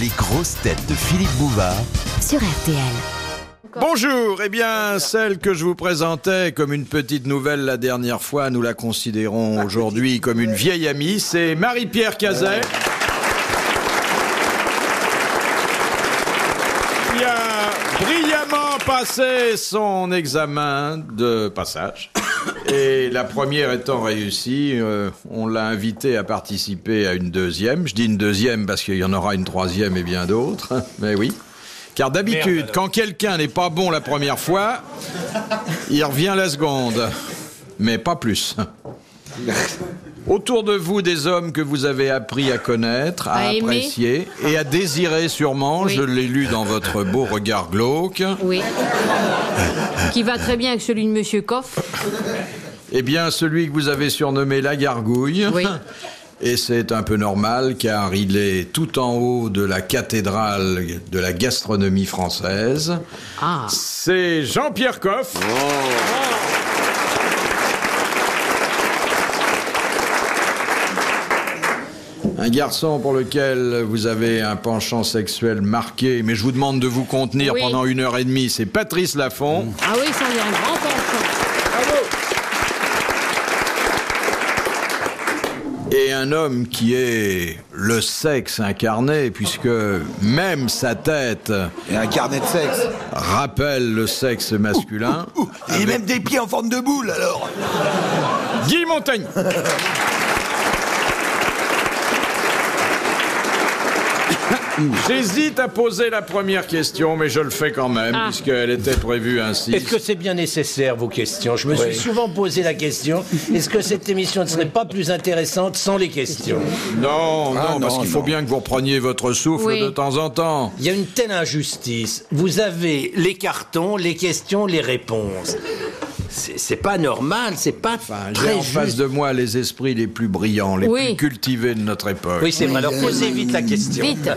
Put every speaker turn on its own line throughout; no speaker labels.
Les grosses têtes de Philippe Bouvard
sur RTL.
Bonjour, eh bien, celle que je vous présentais comme une petite nouvelle la dernière fois, nous la considérons aujourd'hui comme une vieille amie, c'est Marie-Pierre Cazet. Qui a brillamment passé son examen de passage. Et la première étant réussie, euh, on l'a invitée à participer à une deuxième. Je dis une deuxième parce qu'il y en aura une troisième et bien d'autres. hein, Mais oui. Car d'habitude, quand quelqu'un n'est pas bon la première fois, il revient la seconde. Mais pas plus. Autour de vous, des hommes que vous avez appris à connaître, à,
À aimer.
apprécier et à désirer sûrement,
Oui.
je l'ai lu dans votre beau regard glauque.
Oui. Qui va très bien avec celui de Monsieur Koff.
Eh bien, celui que vous avez surnommé la gargouille.
Oui.
Et c'est un peu normal car il est tout en haut de la cathédrale de la gastronomie française.
Ah.
C'est Jean-Pierre Coff. Un garçon pour lequel vous avez un penchant sexuel marqué, mais je vous demande de vous contenir
Oui.
pendant une heure et demie, c'est Patrice Laffont.
Ah oui, ça y est, un grand enfant.
Et un homme qui est le sexe incarné, puisque même sa tête
Et un carnet de sexe.
rappelle le sexe masculin,
Et même des pieds en forme de boule alors.
Guy Montaigne. J'hésite à poser la première question, mais je le fais quand même,
Ah.
puisqu'elle était prévue ainsi.
Est-ce que c'est bien nécessaire vos questions Je me suis souvent posé la question est-ce que cette émission ne serait pas plus intéressante sans les questions
Non,
Ah,
non, parce
non,
qu'il faut
non.
bien que vous repreniez votre souffle
Oui.
de temps en temps.
Il y a une telle injustice. Vous avez les cartons, les questions, les réponses. C'est c'est pas normal, c'est pas
Enfin, J'ai
Ah, très
en
juste.
face de moi les esprits les plus brillants, les
Oui.
plus cultivés de notre époque.
Oui, c'est vrai. Alors posez vite la question.
Vite.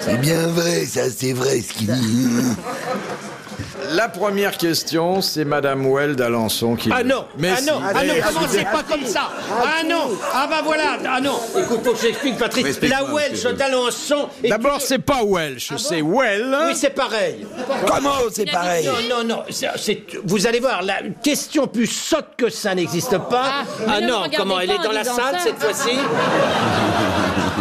C'est bien vrai, ça c'est vrai ce qu'il dit.
La première question, c'est Madame Well d'Alençon qui.
Ah non, ah
si,
non, ah non,
mais-
commencez pas comme ça. Ah non, ah bah voilà, ah non. Écoute, faut que j'explique, Patrick. La Welsh d'Alençon. est-
D'abord, c'est pas Welsh, c'est Well.
Ah Oui, c'est pareil.
Comment c'est pareil
Non, non, non. c'est- c'est- vous allez voir, la question plus sotte que ça n'existe pas.
Ah, mais
Ah
ne me
non,
regardez
comment
pas
Elle est
en
dans la
disant
salle
ça.
cette fois-ci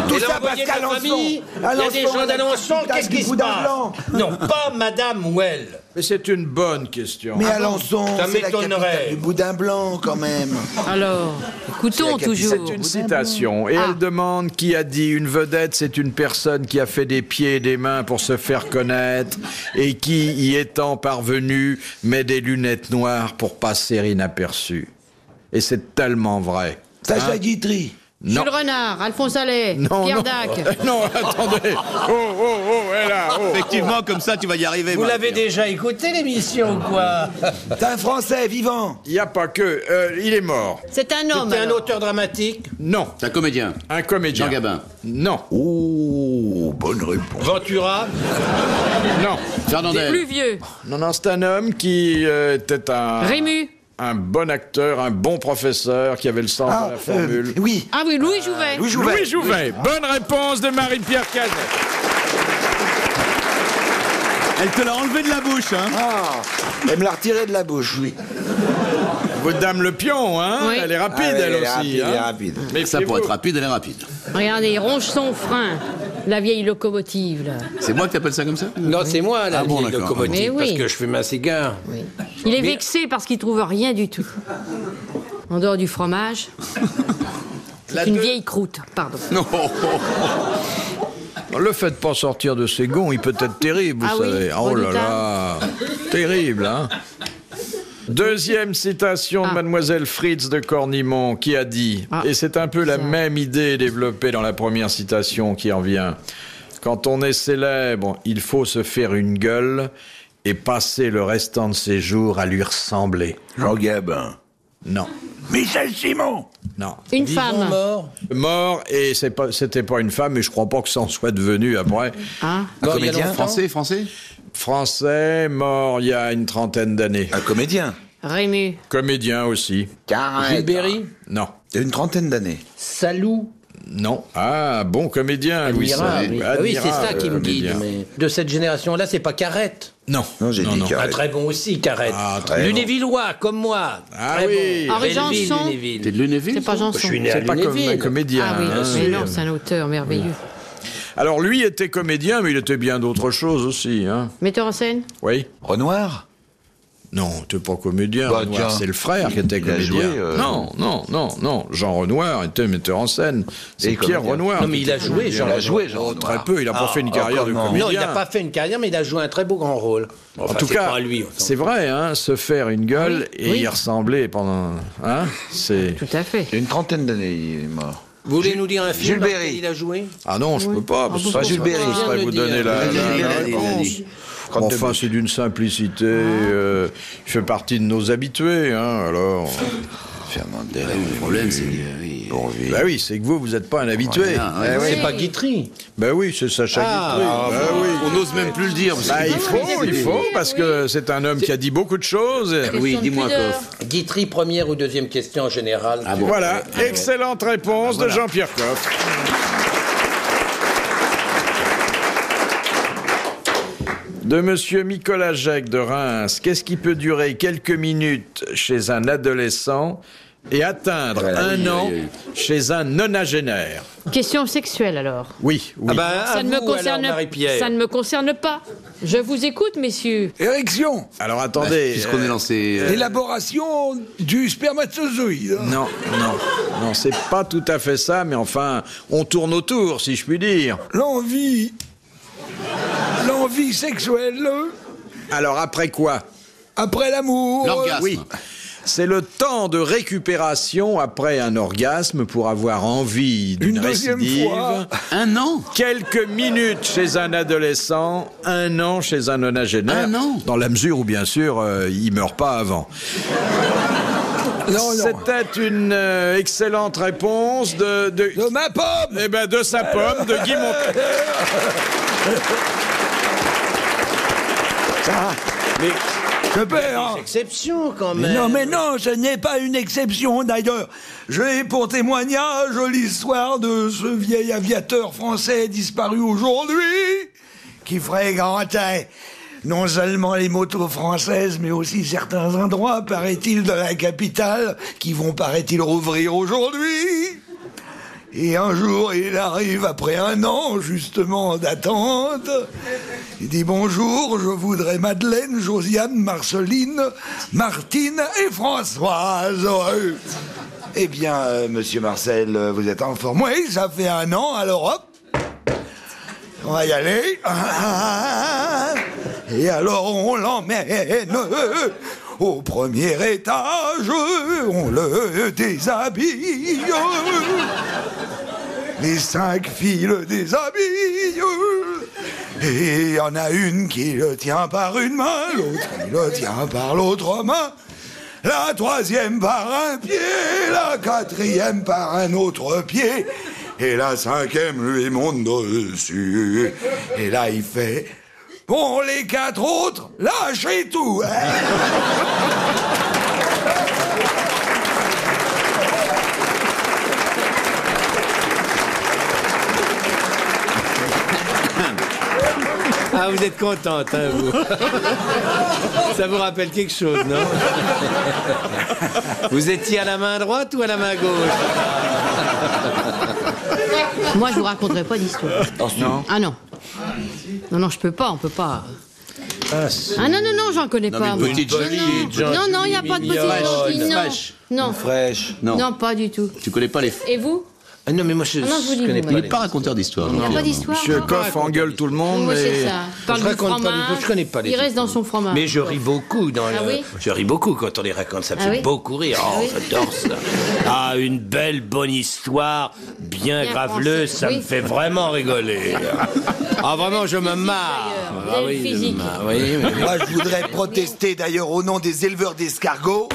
Tout
Et là,
ça
vous
parce
voyez la
qu'Alençon.
famille, Il y a des
Alençon,
gens
la
d'Alençon,
capitale
qu'est-ce
du
qui se
boudin
passe Ah
blanc.
Non, pas Madame Well.
Mais c'est une bonne question.
Ah,
Mais Alençon,
Ça
c'est la
m'étonnerait.
capitale du boudin blanc quand même.
Alors, écoutons toujours.
C'est une citation. Et
Ah.
elle demande qui a dit une vedette, c'est une personne qui a fait des pieds et des mains pour se faire connaître et qui, y étant parvenue, met des lunettes noires pour passer inaperçu. Et c'est tellement vrai.
Hein
Sacha Guitry.
Non.
Jules Renard, Alphonse Allais,
Non,
Pierre
non.
Dac.
non, attendez. Oh, oh, oh, elle a. oh.
Effectivement, comme ça, tu vas y arriver.
Vous
Marc.
l'avez déjà écouté l'émission ou quoi
C'est un Français vivant.
Il n'y a pas que. euh, il est mort.
C'est un homme.
C'était un
alors.
auteur dramatique,
Non.
C'est un comédien.
Un comédien.
Jean Gabin.
Non.
Oh, bonne réponse.
Ventura.
Non.
Plus
Fernandel.
vieux.
Non, non, c'est un homme qui euh, était un.
Rému.
Un bon acteur, un bon professeur qui avait le sens
Ah,
de la formule.
euh, oui.
Ah oui, Louis Jouvet.
Louis Jouvet.
Louis Jouvet. Bonne réponse de Marie-Pierre Cazet.
Elle te l'a enlevé de la bouche, hein
Ah, elle me l'a retiré de la bouche, oui.
Votre dame le pion, hein
Oui.
Elle est rapide,
Ah ouais,
elle,
elle est
aussi.
rapide,
hein
elle est rapide.
Mais
Ça, pour être rapide, elle est rapide.
Regardez, il ronge son frein. La vieille locomotive, là.
C'est moi qui t'appelles ça comme ça
Non, c'est moi la
Ah bon,
vieille
d'accord.
Mais
locomotive
oui.
parce que je fume un cigare.
Oui. Il est vexé parce qu'il trouve rien du tout. En dehors du fromage. C'est une vieille croûte, pardon.
Non.
Le fait de pas sortir de ses gonds, il peut être terrible, vous
Ah oui,
savez. oh là
redoutable.
là, terrible, hein Deuxième citation de
Ah.
Mademoiselle Fritz de Cornimont qui a dit,
Ah.
et c'est un peu la
Ça.
même idée développée dans la première citation qui en vient. Quand on est célèbre, il faut se faire une gueule et passer le restant de ses jours à lui ressembler.
Jean Gabin.
Non,
Michel Simon.
non.
Une femme.
Mort.
Mort et c'est pas- c'était pas une femme, mais je crois pas que ça en soit devenu après.
Hein
Mort il y a
comédien
longtemps.
Français, français
Français, mort il y a une trentaine d'années.
Un comédien.
Rému.
Comédien aussi.
Carré.
Gilles Berry.
Non.
Il y a une trentaine d'années.
Salou.
Non. Ah, bon comédien, Louis
Admirable,
Saint.
oui. Ah oui, c'est
Admirable,
ça qui me
euh,
guide.
comédien.
mais de cette génération-là, c'est pas Carrette.
Non.
Non, j'ai dit
Ah,
Carrette.
très bon aussi, Carrette.
Ah,
très
Lunévillois, comme moi.
Ah
très
oui.
bon.
Henri
Belleville,
Janson.
Lunéville.
T'es de Lunéville
C'est pas
toi
Janson.
Je suis né à
C'est pas comme un
Lunéville.
comédien.
Ah oui,
hein,
mais
c'est-
non, c'est un auteur merveilleux.
Alors lui était comédien, mais il était bien d'autres choses aussi. Hein.
Metteur en scène
Oui.
Renoir
Non, t'es pas comédien.
Bah,
Renoir,
tiens.
c'est le frère qui
Il-
était
il a
comédien.
joué, euh,
Non, non, non, non. Jean Renoir était metteur en scène. C'est
Et
Pierre
comédien.
Renoir.
Non, mais
qui
il a
était
joué,
comédien.
Jean
Il a joué, Jean
Oh,
Renoir.
Très peu, il n'a pas
Ah,
fait une carrière
encore
de
non.
comédien.
Non, il n'a pas fait une carrière, mais il a joué un très beau grand rôle.
en
Enfin,
tout
c'est
cas,
pas lui, autant.
c'est vrai, hein, se faire une gueule et
oui.
y ressembler pendant. Hein, c'est.
Tout à fait.
Il y a une trentaine d'années, il est mort.
Vous voulez nous dire un film
Jules
dans
Berry.
lequel il a joué
Ah non, je peux pas. Parce que
Ah,
ça,
Jules
ça-
Berry.
ça
Vient de
serait vous
le dire.
donner la,
Il
a
la-
dit,
la
il a dit, il a
réponse.
dit.
Bon, Enfin, c'est d'une simplicité. euh, il fait partie de nos habitués, hein, alors.
Fernandel.
Le problème, c'est que, oui,
Bourvil.
Bah oui, c'est que vous, vous n'êtes pas un habitué.
voilà, ouais. ah,
Eh oui.
C'est pas Guitry.
Bah oui, c'est Sacha Guitry. Bah oui.
On n'ose même plus le dire. parce que-
Bah, il faut, il faut, parce que c'est un homme qui a dit beaucoup de choses.
Oui, dis-moi,
Pudeur.
Coff.
Guitry, première ou deuxième question en général.
Ah bon
Voilà, excellente réponse de Jean-Pierre Coff. De Monsieur Nicolas Jacques de Reims, qu'est-ce qui peut durer quelques minutes chez un adolescent et atteindre un
oui,
an
oui,
chez un nonagénaire
Question sexuelle alors.
Oui, oui.
Ah bah, à
ça, ne me
vous,
concerne,
alors, Marie-Pierre.
ça ne me concerne pas. Je vous écoute, messieurs.
Érection,
Alors attendez.
bah, Puisqu'on
euh,
est lancé. euh,
élaboration du spermatozoïde.
euh, Non, non, non, c'est pas tout à fait ça, mais enfin, on tourne autour, si je puis dire.
L'envie, l'envie sexuelle
Alors après quoi
après l'amour.
L'orgasme.
Oui. C'est le temps de récupération après un orgasme pour avoir envie d'une
Une deuxième
récidive.
fois.
Un an
Quelques minutes chez un adolescent, un an chez un nonagénaire.
Un an
Dans la mesure où, bien sûr, euh, il meurt pas avant.
Non, non.
C'était une euh, excellente réponse de... de...
De ma pomme.
Eh ben, de sa pomme, de Guy Montand.
Je perds. hein.
Exception quand même.
Non, mais non, ce n'est pas une exception. D'ailleurs, j'ai pour témoignage l'histoire de ce vieil aviateur français disparu aujourd'hui qui fréquentait non seulement les motos françaises, mais aussi certains endroits, paraît-il, de la capitale qui vont, paraît-il, rouvrir aujourd'hui. Et un jour, il arrive après un an, justement, d'attente. Il dit bonjour, je voudrais Madeleine, Josiane, Marceline, Martine et Françoise. Euh,
Eh bien, euh, monsieur Marcel, euh, vous êtes en forme.
Oui, ça fait un an, alors hop, on va y aller. Et alors on l'emmène au premier étage, on le déshabille. Les cinq filles le déshabillent. Et il y en a une qui le tient par une main, l'autre qui le tient par l'autre main. La troisième par un pied, la quatrième par un autre pied, et la cinquième lui monte dessus. Et là, il fait Bon, les quatre autres, lâchez tout hein.
Ah, vous êtes contente, hein, vous. Ça vous rappelle quelque chose, non Vous étiez à la main droite ou à la main gauche
Moi, je vous raconterai pas d'histoire.
Oh,
Ah non. Non, non, je peux pas, on peut pas. Ah non, non, non, j'en connais pas.
mais
moi.
une petite
non,
gentille,
non,
gentille,
non, il n'y a pas de
mignonne,
petite
une
gentille,
fraîche,
non. Non.
Fraîche.
Non.
non, pas du tout.
Tu connais pas les. f-
Et vous
Ah Non, mais moi, je
Ah non, je vous dis,
connais
vous,
pas.
Il
les-
n'est pas raconteur d'histoire.
Il n'y a
Jean-Pierre,
pas
non.
d'histoire
Monsieur
non
Coff engueule tout le monde,
Oui,
mais...
c'est ça. Il Parle
Je
du
raconte pas du
fromage.
tout, je connais pas les
Il reste
histoires.
dans son fromage.
Mais je ris beaucoup dans le.
Ah oui
je ris beaucoup quand on les raconte, ça me
Ah
fait
oui
beaucoup rire. Oh,
Ah oui
j'adore ça. Ah, une belle bonne histoire, bien,
Bien
graveleuse,
français,
ça
oui.
me fait vraiment rigoler. Ah, vraiment, je me marre.
d'ailleurs, vous
Ah
avez le
oui, je me
physique.
marre, oui, oui, oui.
Moi, je voudrais protester d'ailleurs au nom des éleveurs d'escargots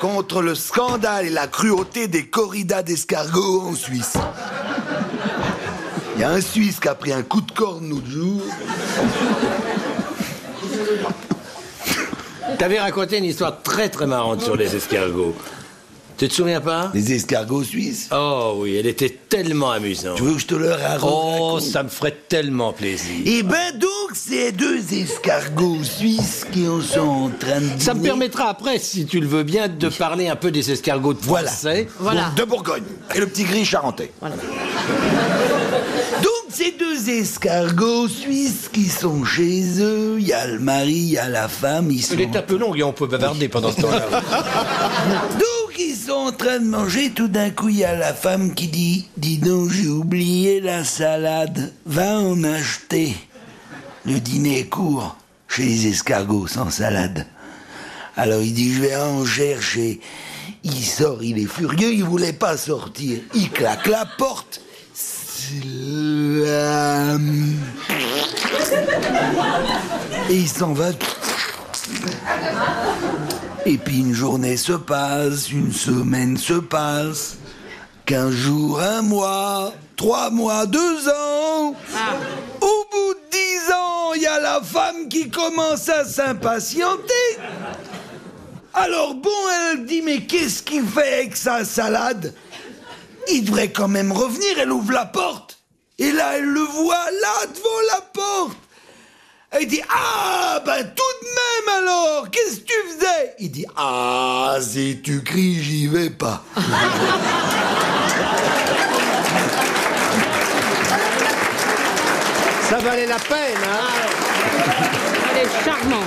contre le scandale et la cruauté des corridas d'escargots en Suisse. Il y a un Suisse qui a pris un coup de corne l'autre jour.
T'avais raconté une histoire très très marrante sur les escargots. Tu te souviens pas
Les escargots suisses.
Oh oui, elle était tellement amusante.
Tu veux que je te le raconte
Oh, ça me ferait tellement plaisir.
Eh
Et ben donc, c'est deux escargots suisses qui en sont en train de.
Ça me
dîner.
permettra après, si tu le veux bien, de parler un peu des escargots de
Voilà.
français.
Voilà.
De Bourgogne. Et le petit gris charentais.
Voilà.
Donc ces deux escargots suisses qui sont chez eux, il y a le mari, il y a la femme, ils sont...
Elle est un peu longue et on peut bavarder pendant ce temps-là.
Donc ils sont en train de manger, tout d'un coup il y a la femme qui dit « Dis donc, j'ai oublié la salade, va en acheter ». Le dîner est court chez les escargots sans salade. Alors il dit « Je vais en chercher ». Il sort, il est furieux, il voulait pas sortir. Il claque la porte. Slam. Et il s'en va. Et puis une journée se passe, une semaine se passe, quinze jours, un mois, trois mois, deux ans. Au bout de dix ans, il y a la femme qui commence à s'impatienter. Alors bon, elle dit mais qu'est-ce qu'il fait avec sa salade Il devrait quand même revenir, elle ouvre la porte. Et là, elle le voit là devant la porte. Elle dit Ah, ben tout de même alors, qu'est-ce que tu faisais Il dit Ah, si tu cries, j'y vais pas.
Ça valait la peine, hein
Elle est charmante.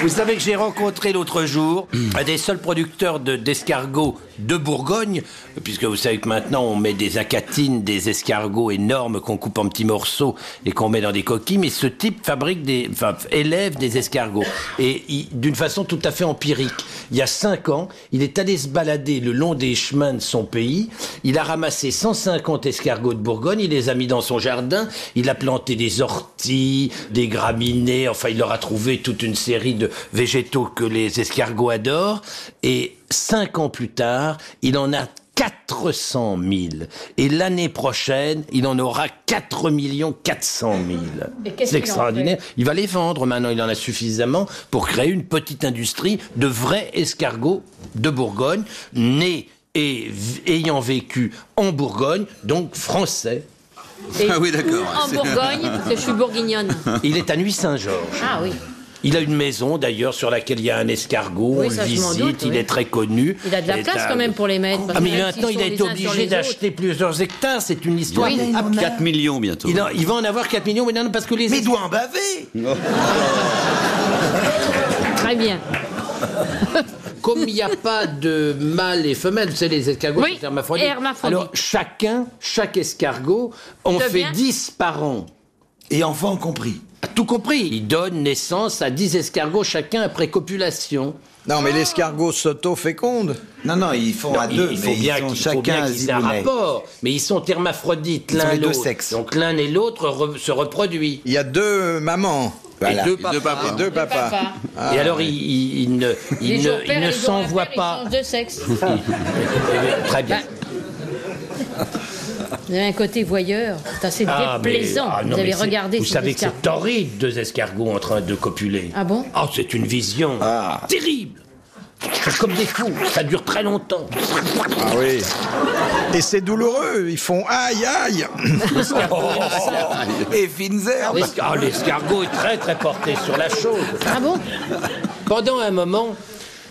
Vous savez que j'ai rencontré l'autre jour un des seuls producteurs de- d'escargots de, Bourgogne, puisque vous savez que maintenant on met des acatines, des escargots énormes qu'on coupe en petits morceaux et qu'on met dans des coquilles, mais ce type fabrique des, enfin, élève des escargots et il- d'une façon tout à fait empirique. Il y a cinq ans, il est allé se balader le long des chemins de son pays. Il a ramassé 150 escargots de Bourgogne, il les a mis dans son jardin, il a planté des orties, des graminées, enfin il leur a trouvé toute une série de végétaux que les escargots adorent. Et cinq ans plus tard, il en a 400 000. Et l'année prochaine, il en aura 4 400 000.
Et qu'est-ce qu'il
C'est
en
extraordinaire. Il va les vendre maintenant, il en a suffisamment pour créer une petite industrie de vrais escargots de Bourgogne, nés et v- ayant vécu en Bourgogne, donc français.
Et
Ah oui, d'accord.
où En Bourgogne, parce que je suis bourguignonne.
Il est à Nuit-Saint-Georges.
Ah oui.
Il a une maison d'ailleurs sur laquelle il y a un escargot,
Oui,
on
ça,
le
je m'en
visite,
doute,
il
oui.
est très connu.
Il a de la
Et
place
t'as-
quand même pour les mettre. parce
Ah mais
que même
maintenant
s'ils
il
sont
a été
les uns sur
obligé
les autres,
d'acheter plusieurs hectares, c'est une histoire.
Oui,
Ah,
4 millions bientôt.
il, en- il va en avoir 4 millions, mais non, non, parce que les...
Mais il doit en baver
Très bien.
Comme il n'y a pas de mâles et femelles, c'est les escargots
Oui,
sont hermaphrodites.
hermaphrodites.
Alors chacun, chaque escargot, on
Devient-
fait 10 par an.
Et enfant compris.
Ah,
Tout compris. Il donne naissance à 10 escargots chacun après copulation.
Non, mais l'escargot s'auto-féconde.
Non, non, ils font à
Il-
deux,
il faut
mais
bien
ils sont
qu'il- faut
chacun
bien
un
qu'ils aient un
zibounet.
rapport, mais ils sont hermaphrodites
ont
l'un
les
et
deux
l'autre.
sexes.
Donc l'un et l'autre re- se reproduit.
Il y a deux mamans.
Voilà.
deux
Et deux papas.
Et deux papas.
Papa.
Ah,
et alors ils il, il ne, il
Les
ne-
jours
il
pères et
ne
les jours
s'envoient
impairs, ils
pas.
changent Bah, de sexe.
Très bien.
Vous avez un côté voyeur. C'est assez
mais-
déplaisant.
ah, non,
vous
mais
avez
c'est-
regardé
Vous
ces
savez que
escargots.
c'est horrible, deux escargots en train de copuler.
Ah bon
Oh, c'est une vision terrible. C'est comme des fous, ça dure très longtemps.
Ah oui. Et c'est douloureux. Ils font aïe, aïe.
Oh.
Et Finzer
L'esca- ah, L'escargot est très très porté sur la chose.
Ah bon
Pendant un moment,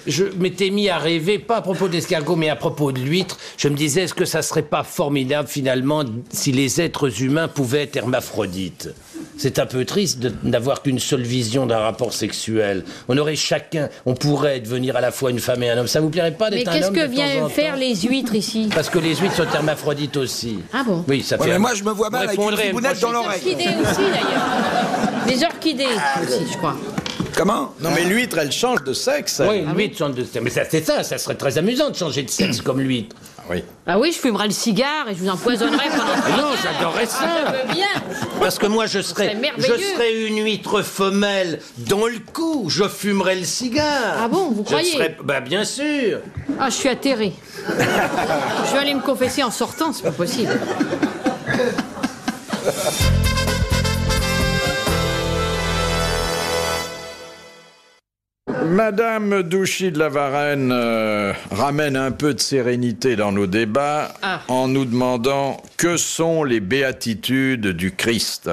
je m'étais mis à rêver, pas à propos de l'escargot, mais à propos de l'huître. Je me disais, est-ce que ça serait pas formidable finalement si les êtres humains pouvaient être hermaphrodites C'est un peu triste de- d'avoir qu'une seule vision d'un rapport sexuel. On aurait chacun, on pourrait devenir à la fois une femme et un homme. Ça vous plairait pas
Mais
d'être un
qu'est-ce
homme
que
de temps en
viennent
temps
faire les huîtres ici
Parce que les huîtres sont hermaphrodites aussi.
Ah bon
Oui, ça
Ouais,
fait.
mais moi, je me vois mal
Vous
avec une
répondrez à
cibounette
prochaine-
dans l'oreille.
Orchidées aussi d'ailleurs. Des orchidées aussi, je crois.
Comment
Non, mais l'huître, elle change de sexe. elle.
Oui,
Ah
une huître change de sexe. Mais ça, c'est ça, ça serait très amusant de changer de sexe comme l'huître.
Ah oui.
Ah oui, je fumerai le cigare et je vous empoisonnerai pendant.
Mais non,
Ah,
j'adorerais ça.
Je veux bien.
Parce que moi, je serais,
serait merveilleux.
je serais une huître femelle dans le cou. Je fumerais le cigare.
Ah bon, vous
Je
croyez
serais- Bah bien sûr.
Ah, je suis atterré. je vais aller me confesser en sortant, c'est pas possible.
Madame Douchy de la Varenne euh, ramène un peu de sérénité dans nos débats
Ah.
en nous demandant que sont les béatitudes du Christ.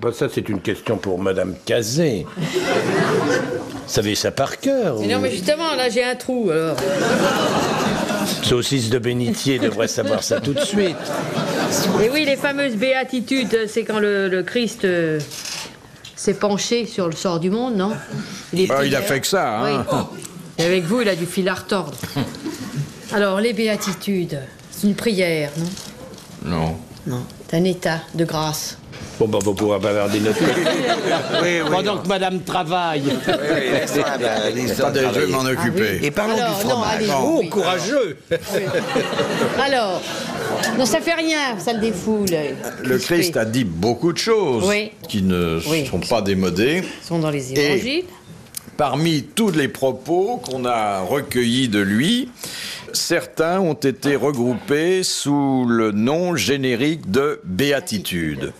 Bah, ça, c'est une question pour Madame Cazé. Vous savez ça par cœur.
Mais non, mais justement, là, j'ai un trou. Alors.
Saucisse de bénitier devrait savoir ça tout de suite.
Et oui, les fameuses béatitudes, c'est quand le, le Christ euh, s'est penché sur le sort du monde, non Il, est
Bah, il a
prière.
fait que ça,
Oui.
hein.
Et avec vous, il a du fil à retordre. Alors, les béatitudes, c'est une prière, non
Non.
Non. C'est un état de grâce.
Bon, bah, vous pourrez bavarder notre Eh
Pendant que madame travaille.
bah,
bah,
Attendez, je vais m'en
Ah
occuper.
Et parlons
Alors,
du
non, Oh,
fromage.
allez,
Bon,
oui.
courageux.
Alors, non, ça fait rien, ça le défoule.
Le Christ a dit beaucoup de choses
Oui.
qui ne
Oui.
sont pas démodées.
Ils sont dans les évangiles.
Parmi tous les propos qu'on a recueillis de lui, certains ont été regroupés sous le nom générique de béatitude.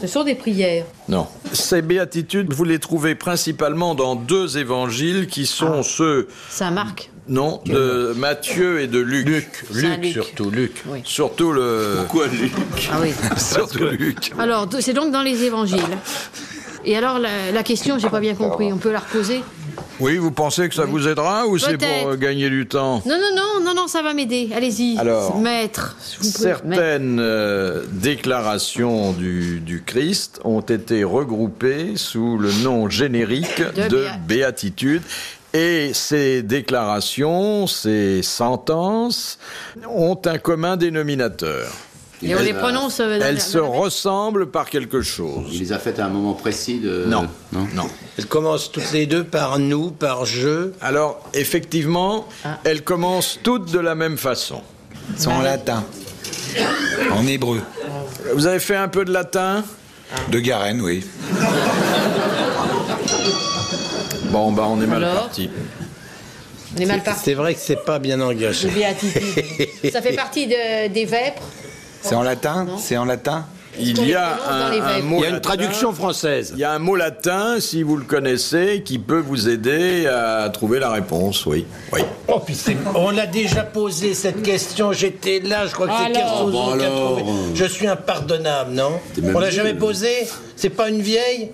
Ce sont des prières.
Non. Ces béatitudes, vous les trouvez principalement dans deux évangiles qui sont ceux,
Saint Marc.
non, de Matthieu et de Luc.
Saint Luc.
Luc.
Oui.
Surtout le.
Quoi, Luc
Ah oui.
Surtout Luc.
Alors, do- c'est donc dans les évangiles. Et alors, la, la question, j'ai pas bien compris. On peut la reposer
Oui, vous pensez que ça vous aidera ou c'est
Peut-être.
pour euh, gagner du temps
Non, non, non, non, non, ça va m'aider. Allez-y.
Alors,
maître. je vous prie, maître.
Certaines euh, déclarations du, du Christ ont été regroupées sous le nom générique
De
de,
béa-
béatitude. Et ces déclarations, ces sentences ont un commun dénominateur.
Et on les prononce. euh, dans la-
Elles se
dans la-
ressemblent par quelque chose.
Il les a faites à un moment précis de.
Non.
Non.
Elles commencent toutes les deux par nous, par je.
Alors, effectivement,
Ah.
elles commencent toutes de la même façon.
C'est en latin. En hébreu.
Vous avez fait un peu de latin
De Garenne, oui.
Bon, bah, on est mal
Alors
parti.
On est mal parti.
C'est vrai que c'est pas bien engagé.
Les béatitudes. ça fait partie de- des vêpres.
C'est en latin C'est en latin
Il y a
Dans les
un, un
veines.
mot.
Il y a une
latin.
traduction française.
Il y a un mot latin, si vous le connaissez, qui peut vous aider à trouver la réponse, oui. Oui.
Oh, puis c'est- on a déjà posé cette question, j'étais là, je crois que c'est
Alors.
Kersozon
Bon,
qui a
alors.
trouvé. Je suis impardonnable, non
T'es même
On l'a
vieux,
jamais
là.
posée C'est pas une vieille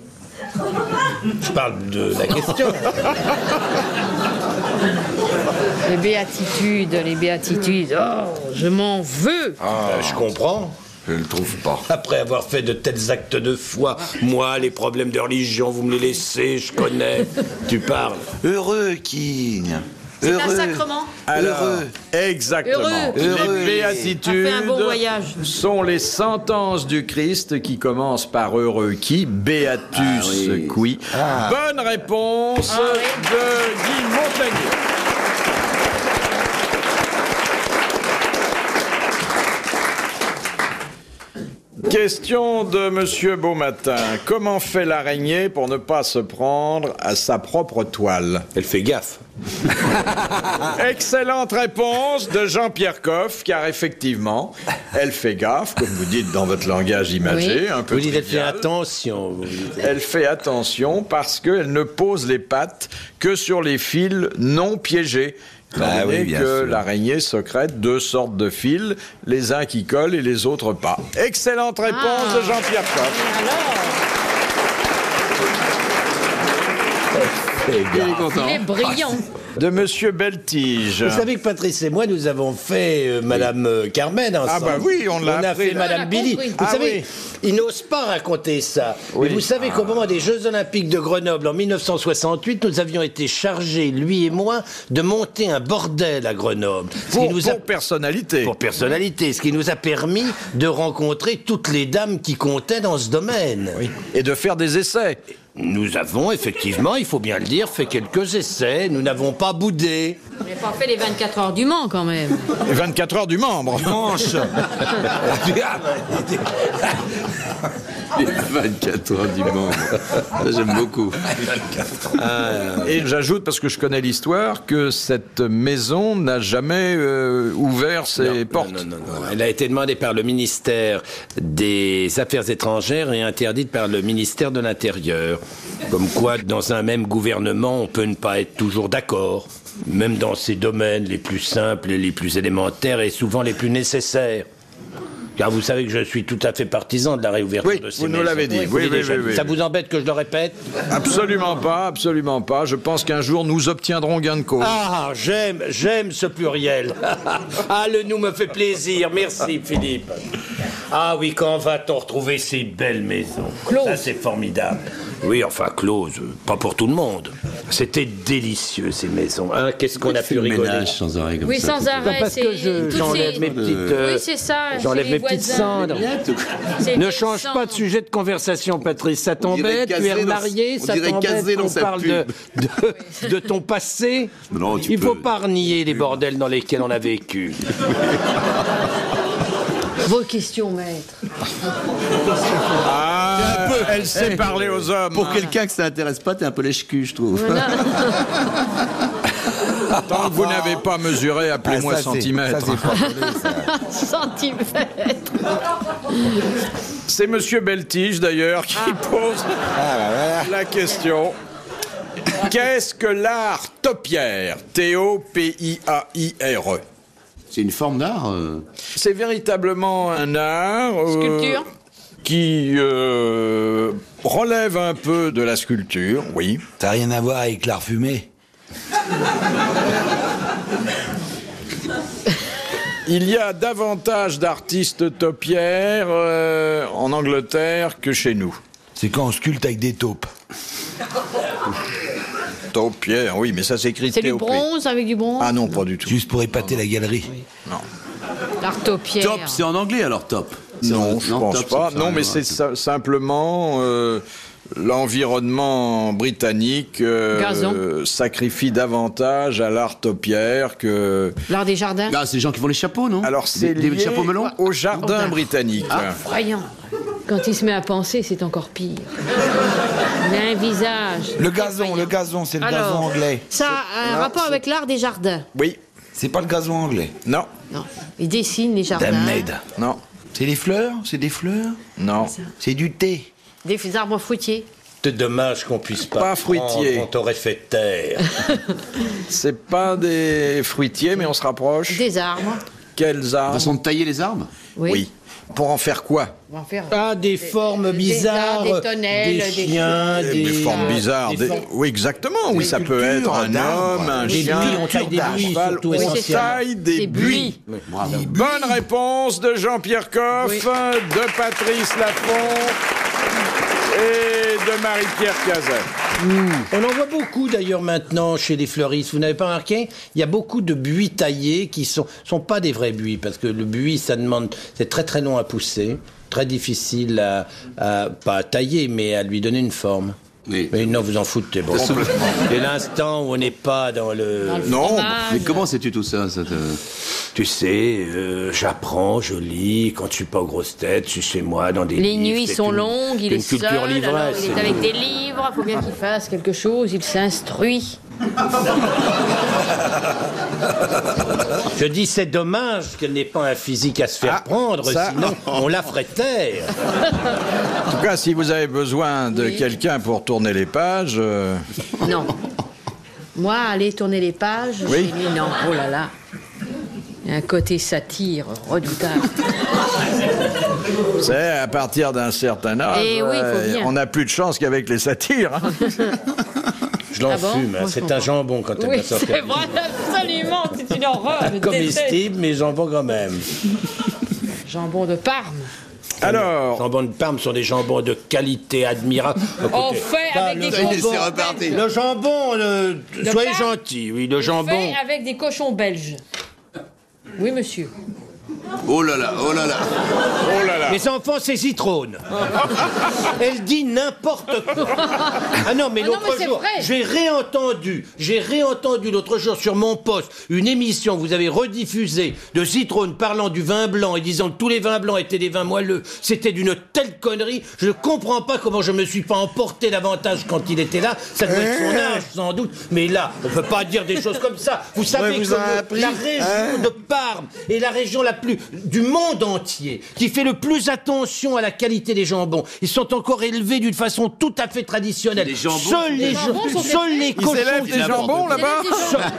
Je parle de la question.
Les béatitudes, les béatitudes. Oh, je m'en veux.
Ah,
Euh, je comprends.
Je ne le trouve pas.
Après avoir fait de tels actes de foi, moi, les problèmes de religion, vous me les laissez, je connais. tu parles.
Heureux qui.
C'est un
Heureux.
sacrement.
Alors,
Heureux.
exactement.
Heureux.
Heureux.
Les béatitudes
Ça fait un bon voyage.
sont les sentences du Christ qui commencent par heureux qui, beatus
oui.
qui. Bonne réponse
Ah
de Guy Montagnier. Question de Monsieur Beaumatin. Comment fait l'araignée pour ne pas se prendre à sa propre toile
Elle fait gaffe.
Excellente réponse de Jean-Pierre Coff, car effectivement, elle fait gaffe, comme vous dites dans votre langage imagé, un peu
Vous dites, elle fait
trivial.
attention. vous dites.
Elle fait attention parce qu'elle ne pose les pattes que sur les fils non piégés. étant
Bah
donné
oui, bien
que
sûr.
l'araignée secrète deux sortes de fils, les uns qui collent et les autres pas. Excellente réponse
Ah.
de Jean-Pierre Coff.
Alors,
Il est content.
il est brillant.
De Monsieur Beltige.
Vous savez que Patrice et moi, nous avons fait euh, Madame euh, Carmen ensemble.
bah oui, on l'a
a
appris,
fait
là.
On l'a
Madame Billy.
compris.
Vous
Ah
savez,
oui.
ils n'osent pas raconter ça.
Oui. Ah.
Mais vous savez qu'au moment des Jeux Olympiques de Grenoble en 1968, nous avions été chargés, lui et moi, de monter un bordel à Grenoble. Ce
pour,
qui nous a-
pour personnalité.
pour personnalité, ce qui nous a permis de rencontrer toutes les dames qui comptaient dans ce domaine.
Et de faire des essais.
Nous avons effectivement, il faut bien le dire, fait quelques essais. Nous n'avons pas boudé.
J'ai pas fait les 24 heures du Mans quand même.
Et 24 heures du membre.
Manche.
Les 24 heures du monde. Ça, j'aime beaucoup.
Et j'ajoute, parce que je connais l'histoire, que cette maison n'a jamais euh, ouvert ses portes.
Non, non, non, non. Elle a été demandée par le ministère des Affaires étrangères et interdite par le ministère de l'Intérieur. Comme quoi, dans un même gouvernement, on peut ne pas être toujours d'accord, même dans ces domaines les plus simples et les plus élémentaires et souvent les plus nécessaires. Car vous savez que je suis tout à fait partisan de la réouverture
Oui,
de ces
vous nous
maisons.
l'avez dit.
Je vous
Oui,
l'ai
oui,
déjà
oui,
dit.
oui,
Ça
oui.
vous embête que je le répète
Absolument pas, absolument pas. Je pense qu'un jour, nous obtiendrons gain de cause.
Ah, j'aime, j'aime ce pluriel. ah, le nous me fait plaisir. Merci, Philippe. Ah oui, quand va-t-on retrouver ces belles maisons
Close.
Ça, c'est formidable. Oui, enfin, close, euh, pas pour tout le monde. C'était délicieux, ces maisons. Hein, Qu'est-ce qu'on a pu
Le
rigoler
ménage sans arrêt comme
Oui,
ça.
sans arrêt.
parce que
c'est-
je-
toutes
j'enlève
ces-
mes petites. euh,
Oui, c'est ça.
J'enlève
c'est
mes
les
petites
voisins.
cendres.
C'est
Ne
les
change
cendres.
pas de sujet de conversation, Patrice. Ça
dirait
t'embête, tu
casé
es
dans-
marié,
on
ça
dirait casé
t'embête
dans
qu'on
sa
parle de, de, de ton passé.
Non, tu
Il faut
peux-
pas renier les bordels dans lesquels on a vécu.
Vos questions, maître.
Ah, elle sait parler aux hommes.
Pour quelqu'un que ça intéresse pas, t'es un peu lèche-cul, je trouve.
Tant que vous n'avez pas Ah, mesuré, appelez-moi centimètre.
Centimètre.
C'est Monsieur Beltige d'ailleurs qui pose la question. Qu'est-ce que l'art topiaire T-O-P-I-A-I-R-E.
C'est une forme d'art. euh.
E. C'est véritablement un art. euh,
Sculpture
Qui euh, relève un peu de la sculpture, oui.
T'as rien à voir avec l'art fumé
Il y a davantage d'artistes topiaires euh, en Angleterre que chez nous.
C'est quand on sculpte avec des taupes.
Topiaire, oui, mais ça s'écrit
C'est du
T.O.P..
bronze avec du bronze.
Ah non, pas du tout.
Juste pour épater la galerie.
L'artopière.
Top, c'est en anglais alors top. C'est en-
Non, je pense
top,
pas.
c'est-
Non, mais
ouais,
c'est si- simplement euh, l'environnement britannique euh,
Gazon.
sacrifie davantage à l'art topiaire que.
L'art des jardins.
Ah, c'est les gens qui font les chapeaux, non
Alors c'est
Des-
lié
des chapeaux melons
au jardin
Ah.
britannique.
Effrayant. Quand il se met à penser, c'est encore pire. Il a un visage.
Le gazon, le gazon, c'est le gazon
Alors,
anglais.
Ça a un rapport avec l'art des jardins.
Oui.
C'est pas le gazon anglais.
Non.
Non. Il dessine les jardins.
Damned.
Non.
C'est des fleurs C'est des fleurs
Non.
C'est du thé.
Des arbres fruitiers.
C'est dommage qu'on puisse pas,
Pas fruitier.
prendre, On t'aurait fait taire.
C'est pas des fruitiers, mais on se rapproche.
Des arbres.
Quels arbres
Façon de tailler les arbres
Oui.
Oui. Pour en faire quoi
On va en faire.
Ah, des formes bizarres,
des tonnelles, des
chiens, des,
des, formes bizarres.
des
des-
formes-
Oui, exactement. Oui, ça peut être un homme, un
Des
chien,
buis, on taille des
un
buis,
cheval.
surtout,
on
essentiellement.
taille des,
Des buis.
Bonne réponse de Jean-Pierre Coff,
Oui.
de Patrice Lafont et de Marie-Pierre Cazet.
On en voit beaucoup d'ailleurs maintenant chez les fleuristes. Vous n'avez pas remarqué Il y a beaucoup de buis taillés qui sont sont pas des vrais buis parce que le buis ça demande c'est très très long à pousser, très difficile à, à- pas à tailler mais à lui donner une forme.
Oui.
Mais non, vous en foutez bon. Et l'instant où on n'est pas dans le,
Non,
Mais comment sais-tu tout ça, ça te-
tu sais, euh, j'apprends, je lis. Quand je suis pas aux grosses têtes, je suis chez moi dans des
Les
livres,
nuits
c'est
sont
une-
longues, il
c'est
est
une culture
seul, alors
livresse.
il est avec des livres, il faut bien qu'il fasse quelque chose, il s'instruit.
Je dis c'est dommage qu'elle n'ait pas un physique à se faire
Ah,
prendre,
ça-
sinon on la ferait taire.
en tout cas, si vous avez besoin de quelqu'un pour tourner les pages, euh,
Non. Moi, aller tourner les pages,
Oui.
j'ai mis non, oh là là. Il y a Un côté satire redoutable.
vous savez, à partir d'un certain âge,
Eh oui, faut
euh,
bien.
on n'a plus de chance qu'avec les satires. hein.
Je l'en
Ah bon
fume, hein,
Moi, je
c'est un
comprends.
jambon quand elle
Oui,
va sortir.
c'est vrai, absolument, c'est une horreur. je déteste.
Comestible, mais jambon quand même.
Jambon de Parme.
Les
Alors,
jambons de Parme sont des jambons de qualité admirable. Écoutez,
On fait
pas
avec
Bah, le
des
jambon-
cochons
reparti.
belges.
Le jambon, euh,
De
soyez
Parme
gentil, oui, le
On
jambon.
fait avec des cochons belges. Oui, monsieur.
Oh là là, oh là là.
Oh là là.
Mes enfants, c'est Zitrone.
Oh.
Elle dit n'importe quoi. Ah non, mais
Ah non,
l'autre
mais c'est
jour,
vrai.
j'ai réentendu, j'ai réentendu l'autre jour sur mon poste une émission que vous avez rediffusée de Zitrone parlant du vin blanc et disant que tous les vins blancs étaient des vins moelleux. C'était d'une telle connerie. Je ne comprends pas comment je me suis pas emporté davantage quand il était là. Ça doit être
Eh
son âge, sans doute. Mais là, on peut pas dire des choses comme ça. Vous savez
vous
que
a
le-
appris,
la région
hein
de Parme est la région la plus du monde entier qui fait le plus attention à la qualité des jambons. Ils sont encore élevés d'une façon tout à fait traditionnelle.
Les jambons
seuls les,
Les jambons
jambons
sont
seuls
élevés
les
Ils
cochons.
élèvent des
n'importe
jambons
quoi.
là-bas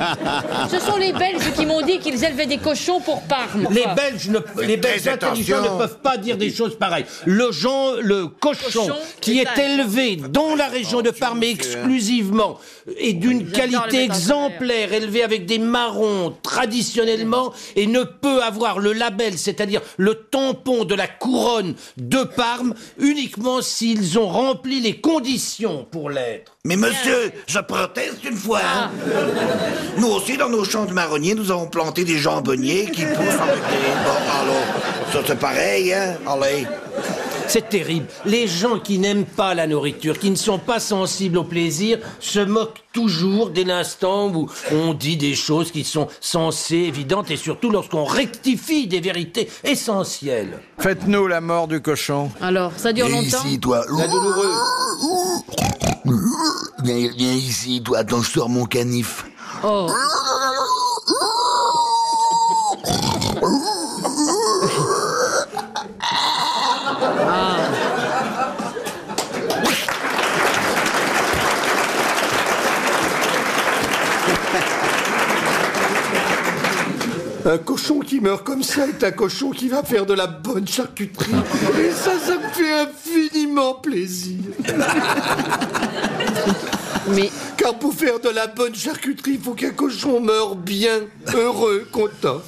Ce sont les Belges qui m'ont dit qu'ils élevaient des cochons pour Parme.
Les
quoi.
Belges, ne- les Belges intelligents ne peuvent pas dire des choses pareilles. Le, gen- le cochon,
Cochon,
qui est
étage.
élevé dans la région de Parme exclusivement et d'une
J'adore le
qualité
mettre en
exemplaire, élevé avec des marrons traditionnellement et ne peut avoir le label, c'est-à-dire le tampon de la couronne de Parme, uniquement s'ils ont rempli les conditions pour l'être.
Mais monsieur, je proteste une fois. hein.
Ah.
Nous aussi, dans nos champs de marronniers, nous avons planté des jambonniers qui poussent avec des... Bon, alors, ça c'est pareil, hein Allez.
C'est terrible. Les gens qui n'aiment pas la nourriture, qui ne sont pas sensibles au plaisir, se moquent toujours dès l'instant où on dit des choses qui sont sensées, évidentes, et surtout lorsqu'on rectifie des vérités essentielles.
Faites-nous la mort du cochon.
Alors, ça dure
Viens
longtemps
ici, toi. douloureux. Viens, viens ici, toi. Attends, je sors mon canif.
Oh.
Un cochon qui meurt comme ça est un cochon qui va faire de la bonne charcuterie. Et ça, ça me fait infiniment plaisir.
Mais
Car pour faire de la bonne charcuterie, il faut qu'un cochon meure bien, heureux, content.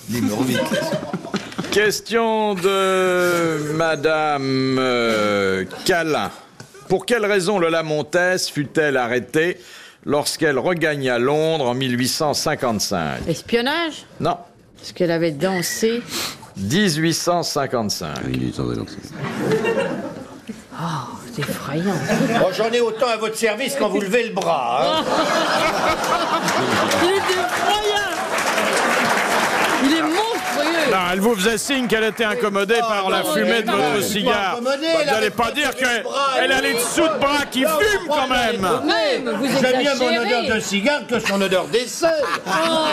Question de Madame euh, Calin. Pour quelle raison Lola Montès fut-elle arrêtée lorsqu'elle regagna Londres en 1855
espionnage
Non,
Parce qu'elle avait dansé.
1855.
C'est effrayant.
Bon, j'en ai autant à votre service quand vous levez le bras. hein.
Il est effrayant Il est monstrueux
Non, elle vous faisait signe qu'elle était incommodée par la
non,
fumée de
non,
votre
non,
cigare.
non, non, non,
Vous
non,
n'allez
non,
pas
non,
dire
non,
qu'elle
non, non,
elle
non,
a les dessous de bras qui
non,
fument
non,
quand
non,
même.
non,
Même, vous
J'aime mieux mon odeur de
exagérez
cigare que son odeur d'aisselle.
Ah.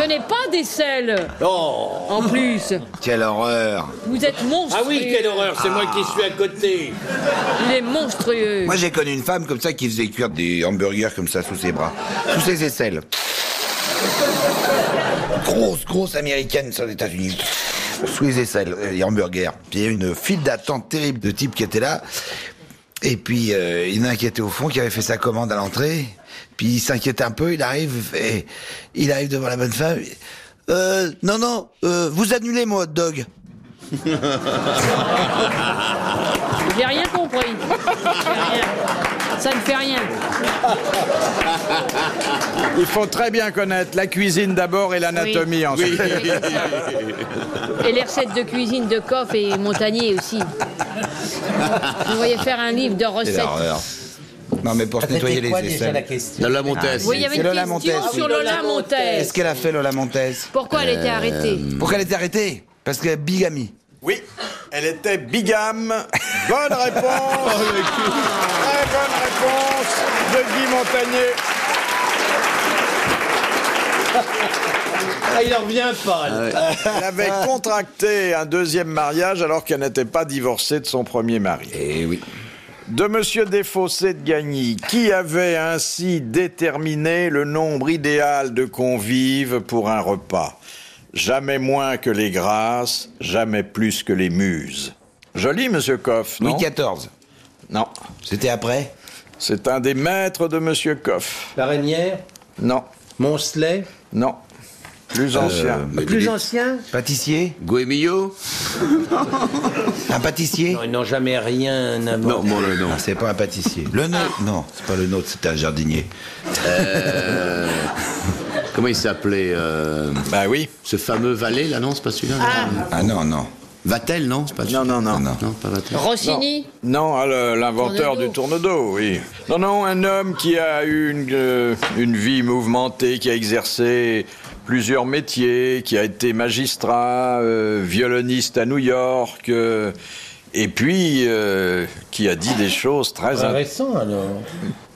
Je n'ai pas des selles
Oh.
En plus,
Quelle horreur
vous êtes monstrueux
Ah oui, quelle horreur, c'est moi qui suis à côté.
Il est monstrueux
j'ai connu une femme comme ça qui faisait cuire des hamburgers comme ça sous ses bras, sous ses aisselles.
Grosse, grosse américaine sur les États-Unis. Sous les aisselles, euh, les hamburgers. Puis il y a une file d'attente terrible de types qui étaient là. Et puis, euh, il y en a un qui était au fond, qui avait fait sa commande à l'entrée. Puis il s'inquiète un peu, il arrive, et il arrive devant la bonne femme. Euh, non, non, euh, vous annulez mon hot dog.
J'ai rien compris J'ai rien. Ça ne fait rien
Il faut très bien connaître la cuisine d'abord et l'anatomie ensuite.
Et les recettes de cuisine de Coff et Montagnier aussi. Vous voyez faire un livre de recettes.
Non, mais pour se nettoyer les aisselles.
question
Lola Montès.
Ah, Oui, il y avait une
C'est Lola
question
Montez.
sur Lola Montez.
Qu'est-ce qu'elle a fait, Lola Montez
Pourquoi elle était arrêtée
Pourquoi elle est arrêtée Parce qu'elle est bigamie.
Oui, elle était bigame. Bonne réponse. Très bonne réponse de Guy Montagnier.
Ah, il en revient pas. là.
Elle avait contracté un deuxième mariage alors qu'elle n'était pas divorcée de son premier mari.
Eh oui.
De Monsieur Desfossés de Gagny, qui avait ainsi déterminé le nombre idéal de convives pour un repas. Jamais moins que les grâces, jamais plus que les muses. Joli, Monsieur Coff, non
Louis XIV.
Non.
C'était après
C'est un des maîtres de Monsieur Coff.
La Reynière,
Non.
Moncelet.
Non.
Euh,
Plus ancien.
Plus ancien
Pâtissier
Goemio
Un pâtissier Ah,
Non, ils n'ont jamais rien inventé.
Non, bon, non, non.
C'est pas un Ah. pâtissier. Le nôtre Non, c'est pas le nôtre, c'était un jardinier.
Comment il s'appelait euh,
Bah oui.
Ce fameux valet, là, non, c'est pas celui-là là.
Ah non, non. Ah,
Vatel, non C'est pas celui-là
non, non.
Non, pas Vatel.
Rossini
Non, ah, le- l'inventeur du tourne d'eau, oui. Non, non, un homme qui a eu une, euh, une vie mouvementée, qui a exercé plusieurs métiers, qui a été magistrat, euh, violoniste à New York, euh, et puis euh, qui a dit des choses très... in-
récent alors.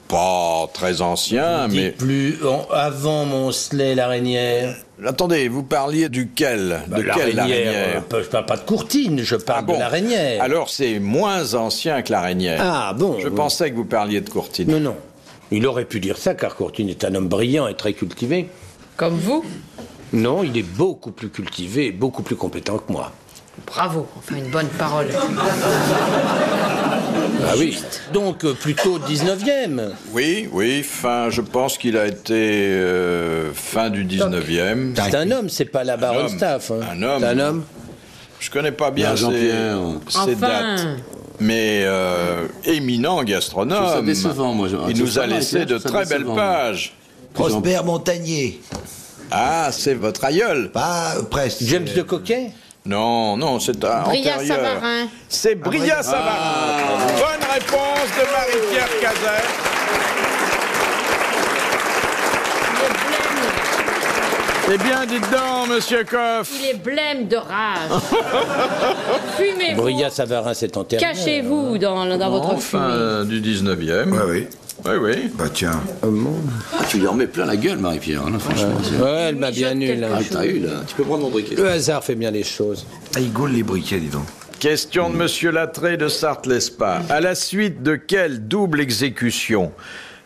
Pas très anciennes, Ah, mais...
plus en- avant Moncelet, l'araignère.
Attendez, vous parliez duquel
Bah,
De quelle
euh,
araignère
peu- Je parle pas de courtine, je parle
Ah bon.
de l'araignère.
Alors c'est moins ancien que l'araignère.
Ah bon
Je
oui.
pensais que vous parliez de Courtine.
Non, non. Il aurait pu dire ça car Courtine est un homme brillant et très cultivé.
Comme vous
Non, il est beaucoup plus cultivé et beaucoup plus compétent que moi.
Bravo, enfin une bonne parole.
Ah oui. Donc euh, plutôt 19e.
Oui, oui, fin, je pense qu'il a été euh, fin du 19e.
C'est un homme, c'est pas la baronne
homme.
staff. hein.
Un homme.
C'est un homme.
Je connais pas bien
Ah,
ces,
Jean-Pierre.
ces
Enfin.
dates. Mais euh, éminent
Je trouve
gastronome.
ça décevant, moi, je-
Il
je
nous
trouve
a
ça
laissé
décevant,
de
je trouve ça
très belles
décevant.
pages.
Prosper Montagnier.
Ah, c'est votre aïeul.
Pas euh, presque.
James de Coquet
Non, non, c'est un
Bria
antérieur.
Savarin. Ah,
C'est Bria Savarin.
Ah.
Bonne réponse de Marie-Pierre Cazet.
Il est
Eh bien, dites donc, monsieur Coff.
blême, il est blême de rage. Fumez-vous,
Euh,
Brillat Savarin, c'est en terre.
cachez-vous dans, dans votre fumée.
Fin du 19e.
Ah oui.
Oui, oui.
Bah tiens.
Ah, tu lui en mets plein la gueule, Marie-Pierre. hein, là, franchement, c'est-
Ouais, elle m'a bien hein. eu là.
Ah, t'as eu, là. Tu peux prendre mon briquet.
Le hasard fait bien les choses.
Ah, il gaule les briquets, dis donc.
Question de monsieur Latré de Sarthe-Lespa. À la suite de quelle double exécution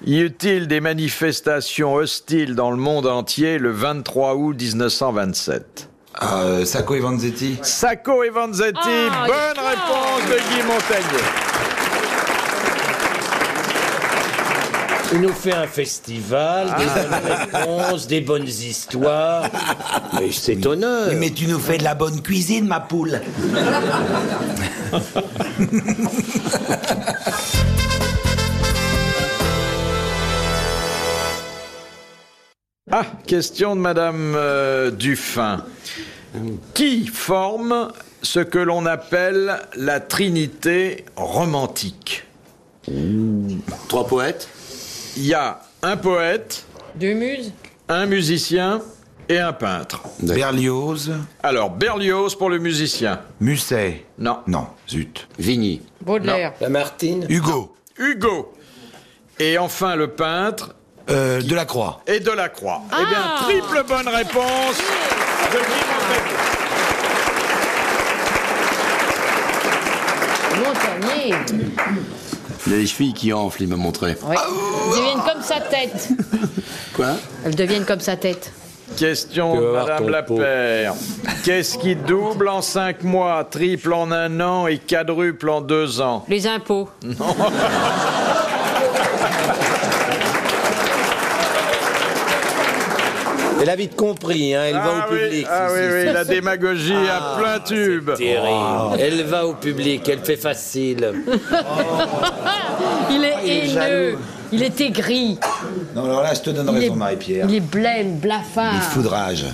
y eut-il des manifestations hostiles dans le monde entier le 23 août 1927
Ah, euh, Sacco et Vanzetti.
Sacco et Vanzetti,
Ah, il
bonne
est fort.
réponse de Guy Montagnier.
Il nous fait un festival, des
Ah.
bonnes réponses, des bonnes histoires. Mais c'est honneur.
Mais tu nous fais de la bonne cuisine, ma poule.
Ah, question de madame euh, Dufin. Qui forme ce que l'on appelle la trinité romantique
Trois poètes.
Il y a un poète,
Deux muses
un musicien et un peintre.
Berlioz,
Alors, Berlioz pour le musicien.
Musset.
Non.
Non, zut.
Vigny.
Baudelaire.
La Martine
Hugo,
Hugo. Et enfin, le peintre
euh, Delacroix.
et Delacroix. Eh bien,
Ah
triple bonne réponse de Guy Montagnier.
Montagnier.
Il y a des chevilles qui enflent, il m'a montré.
Ouais. Ils deviennent comme sa tête.
Quoi
Elles deviennent comme sa tête.
Question
Tu
de
vas voir
Madame
ton
Lapère. Qu'est-ce qui double en cinq mois, triple en un an et quadruple en deux ans
Les impôts.
Elle a vite compris, hein, elle va
Ah
au
oui,
public.
ah
si,
oui,
si,
oui,
si. Ah,
la démagogie à plein tube.
Terrible. Elle va au public, elle fait facile.
Il est haineux. Il est aigri.
Non, alors là, je te donne
Il est,
raison, Marie-Pierre.
il est blême,
Il
blafard.
foudrage.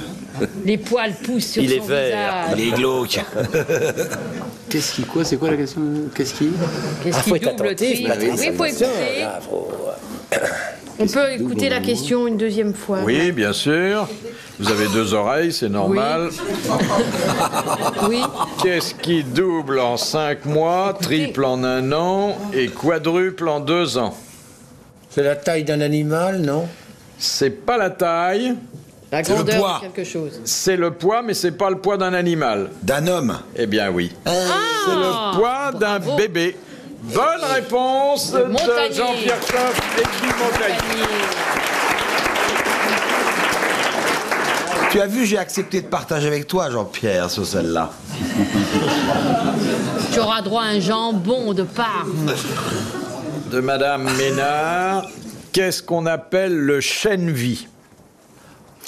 Les poils poussent sur
Il est
son
vert.
visage.
Il est glauque.
Qu'est-ce qui, quoi C'est quoi la question Qu'est-ce qui
Qu'est-ce
Ah, faut
qu'il
être
double
attentif,
tri
Patrice,
Oui, faut
attention,
écouter.
là, faut-
On peut écouter la question une deuxième fois.
Oui, bien sûr. Vous avez deux oreilles, c'est normal.
Oui.
Qu'est-ce qui double en cinq mois, triple en un an et quadruple en deux ans
C'est la taille d'un animal, non
C'est pas la taille,
La
C'est le
grandeur
poids.
de quelque chose.
c'est le poids, mais c'est pas le poids d'un animal.
D'un homme.
Eh bien oui.
Ah.
c'est le poids d'un bébé. Bonne réponse de
Montagnier.
Jean-Pierre Coff et Guy Montagnier.
Tu as vu, j'ai accepté de partager avec toi, Jean-Pierre, sur celle-là.
Tu auras droit à un jambon de Parme.
De Madame Ménard, qu'est-ce qu'on appelle le chêne-vie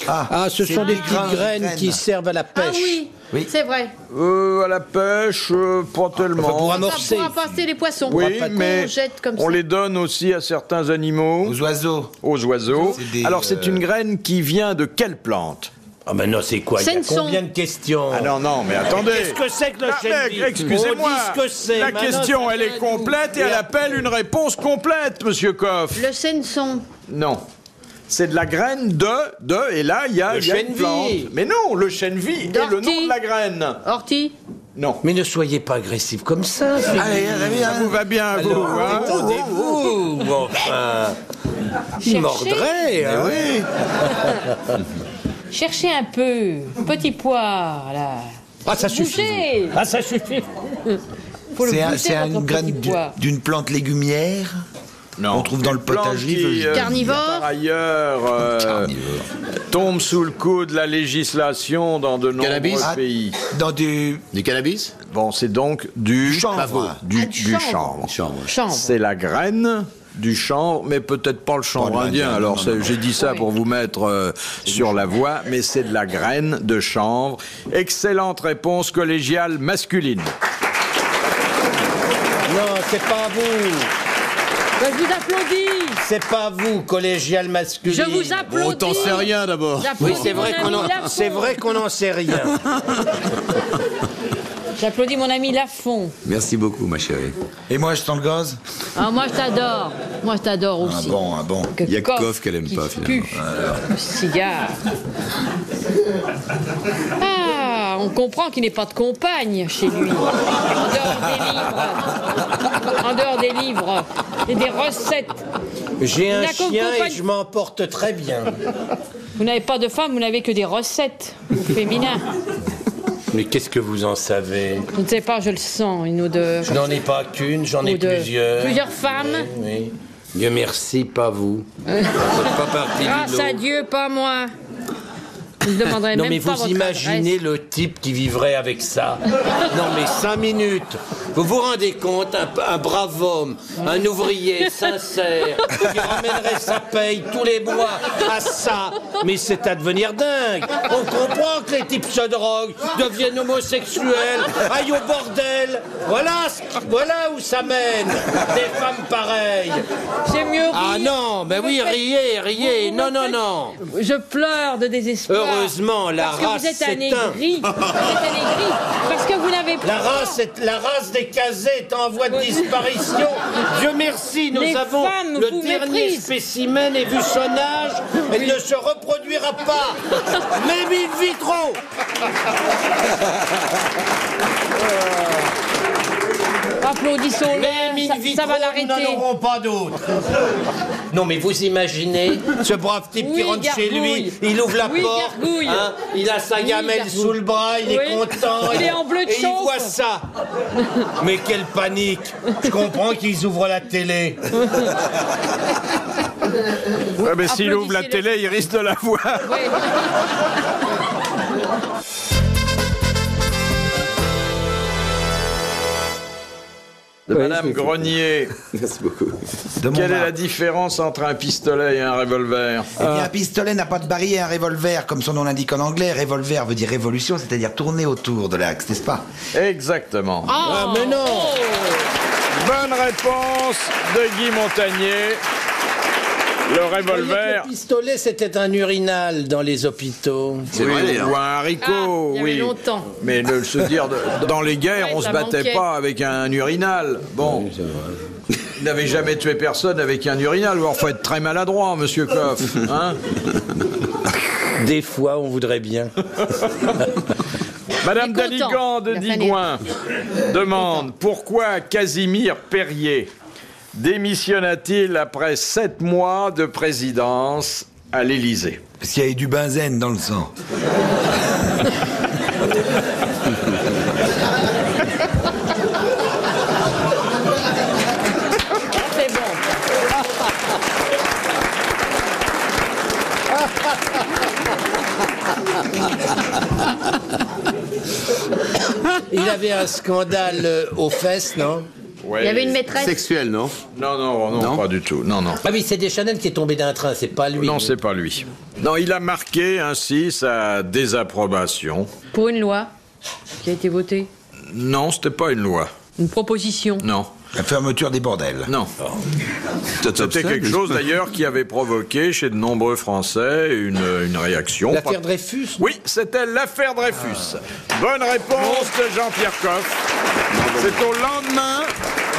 Ah, ce sont des petites graines
graines.
qui servent à la pêche.
Ah oui.
Oui.
C'est vrai.
Euh, à la pêche, euh, pas tellement.
pour
Ça
amorcer.
pour apporter les poissons.
Oui,
Qu'on
mais
jette comme
on
ça.
les donne aussi à certains animaux,
Aux oiseaux.
aux oiseaux.
C'est des,
Alors, c'est
euh,
une graine qui vient de quelle plante
Ah ben non, c'est quoi Il y a
Senson.
combien de questions
Ah non, non, mais attendez
Qu'est-ce que c'est que le
Ah, mec,
chef
excusez-moi.
On dit ce que c'est.
La
maintenant,
question,
ça
elle
vient
est
de
complète et elle appelle une réponse complète, monsieur Coff.
Le senson.
Non. C'est de la graine de, de, et là, il y a,
Le
il y a une
chêne-vie.
plante. Mais non, le chêne-vie est le nom
D'ortie.
de la graine.
Ortie.
Non.
nous. Mais ne soyez pas agressif comme ça. Philippe.
Allez, allez,
Ça vous va bien, vous, hein
Attendez-vous, mais
oh,
enfin.
Cherchez.
Il mordrait, hein.
Cherchez un peu. Petit poire, là.
Ah, ça
Bougez
Ah, ça suffit.
Faut le
C'est un-
goûter,
c'est
votre
une graine
petit
du-
pois.
d'une plante légumière
Non.
On trouve dans le
Une plante
potager,
qui, euh,
je-
Carnivore.
Par ailleurs, euh,
Carnivore.
tombe sous le coup de la législation dans de nombreux
Cannabis.
Ah.
pays.
Dans du.
Du cannabis
Bon, c'est donc du
chanvre.
Du,
Ah, du
du
chanvre.
chanvre.
Chambre.
Chambre.
C'est la graine du chanvre, mais peut-être pas le chanvre
Pas de
indien.
l'indien,
Alors,
non,
ça-
non,
j'ai dit ça pour vous mettre euh, sur la voie, mais c'est de la graine de chanvre. Excellente réponse collégiale masculine.
Non, c'est pas vous.
Ben, je vous applaudis.
C'est pas vous, collégial masculin.
Je vous applaudis.
Bon, oh, t'en sais rien d'abord.
J'applaudis
Oui, c'est vrai
mon
qu'on
ami
en,
Lafont.
c'est vrai qu'on en sait rien.
J'applaudis mon ami Lafont.
Merci beaucoup, ma chérie.
Et moi, je sens le gaz
Ah, moi, je t'adore. Moi, je t'adore
Ah
aussi.
bon, ah bon.
Il y a que
Coff
Coff qu'elle aime
qui
pas, finalement.
pue. Le cigare. Ah, on comprend qu'il n'est pas de compagne chez lui. En dehors des livres. En dehors des livres et des recettes.
J'ai un
La
chien et
compagne-
je m'en porte très bien.
Vous n'avez pas de femme, vous n'avez que des recettes féminines.
Mais qu'est-ce que vous en savez
Je ne sais pas, je le sens, une odeur.
Je n'en ai pas qu'une, j'en ai
Ou de-
plusieurs.
plusieurs femmes. Euh.
Oui. Dieu merci, pas vous. Vous n'êtes pas partie du
Grâce
lot.
à Dieu, pas moi. Je ne demanderai
Non
même
mais
pas
vous
votre
imaginez
adresse.
le type qui vivrait avec ça. Non mais cinq minutes. Vous vous rendez compte, un, un brave homme, un ouvrier sincère, qui ramènerait sa paye tous les mois à ça. Mais c'est à devenir dingue. On comprend que les types se droguent, deviennent homosexuels, aillent au bordel. Voilà, ce qui- voilà où ça mène. Des femmes pareilles.
J'ai mieux rire.
Ah non, mais
Vous
oui,
me faites-
riez, riez.
vous me
Non, non,
faites-
non.
Je pleure de désespoir.
Heureusement, la
Parce
race
que vous êtes un
s'éteint.
aigri. Vous êtes un aigri. Parce que vous n'avez pas.
La race, est- la race des casés est en voie de disparition. Dieu merci, nous
Les
avons
femmes vous
le dernier
méprisent.
spécimen et vu son âge, elle ne se reproduira pas, même in vitro.
Applaudissons-le.
Même in
Ça,
vitro,
ça va
nous n'en
l'arrêter.
aurons pas d'autres. Non, mais vous imaginez ce brave type
Oui,
qui rentre chez
gargouille.
lui, il ouvre la
Oui,
porte, hein,
gargouille.
il a sa
Oui,
gamelle
gargouille.
sous le bras, il
Oui.
est content,
Il est en bleu de
et il
chauffe.
voit ça. Mais quelle panique Je comprends qu'ils ouvrent la télé.
Ouais, mais s'il ouvre la
Applaudissez-le.
télé, il risque de la voir. Madame Grenier,
Merci beaucoup.
De mon
quelle est
bah.
bar.
la différence entre un pistolet et un revolver
Eh bien, un pistolet n'a pas de barrier, un revolver, comme son nom l'indique en anglais. Revolver veut dire révolution, c'est-à-dire tourner autour de l'axe, n'est-ce pas
Exactement.
Ah, mais non.
Bonne réponse de Guy Montagnier. Le
Oh,
revolver.
Le pistolet, c'était un urinal dans les hôpitaux.
C'est
Oui,
vrai, d'ailleurs.
ou un haricot,
Ah, il y avait
oui.
longtemps.
Mais le, se dire, de- dans les guerres,
Ouais,
on se
ça
battait
manquait.
pas avec un urinal. Bon. Il n'avait jamais tué personne avec un urinal. Alors, faut être très maladroit, monsieur Koff. hein.
Des fois, on voudrait bien.
Madame
Il est
Daligan
content.
de
Il a fané.
Digoin demande pourquoi Casimir Perrier démissionna-t-il après sept mois de présidence à l'Élysée
Parce qu'il y avait du benzène dans le sang.
C'est bon.
Il avait un scandale euh, aux fesses, non
Il y avait une maîtresse.
Sexuel, non
Non, non, non,
Non
pas du tout. Non, non.
Ah oui, c'est Deschanel qui est tombé d'un train, c'est pas lui.
Non, c'est pas lui. Non, il a marqué ainsi sa désapprobation
Pour une loi. qui a été votée
Non, c'était pas une loi.
Une proposition
Non.
La fermeture des bordels
Non. C'était quelque chose d'ailleurs qui avait provoqué chez de nombreux Français une, une réaction.
L'affaire Dreyfus
Oui, c'était l'affaire Dreyfus. Bonne réponse de Jean-Pierre Coff. C'est au lendemain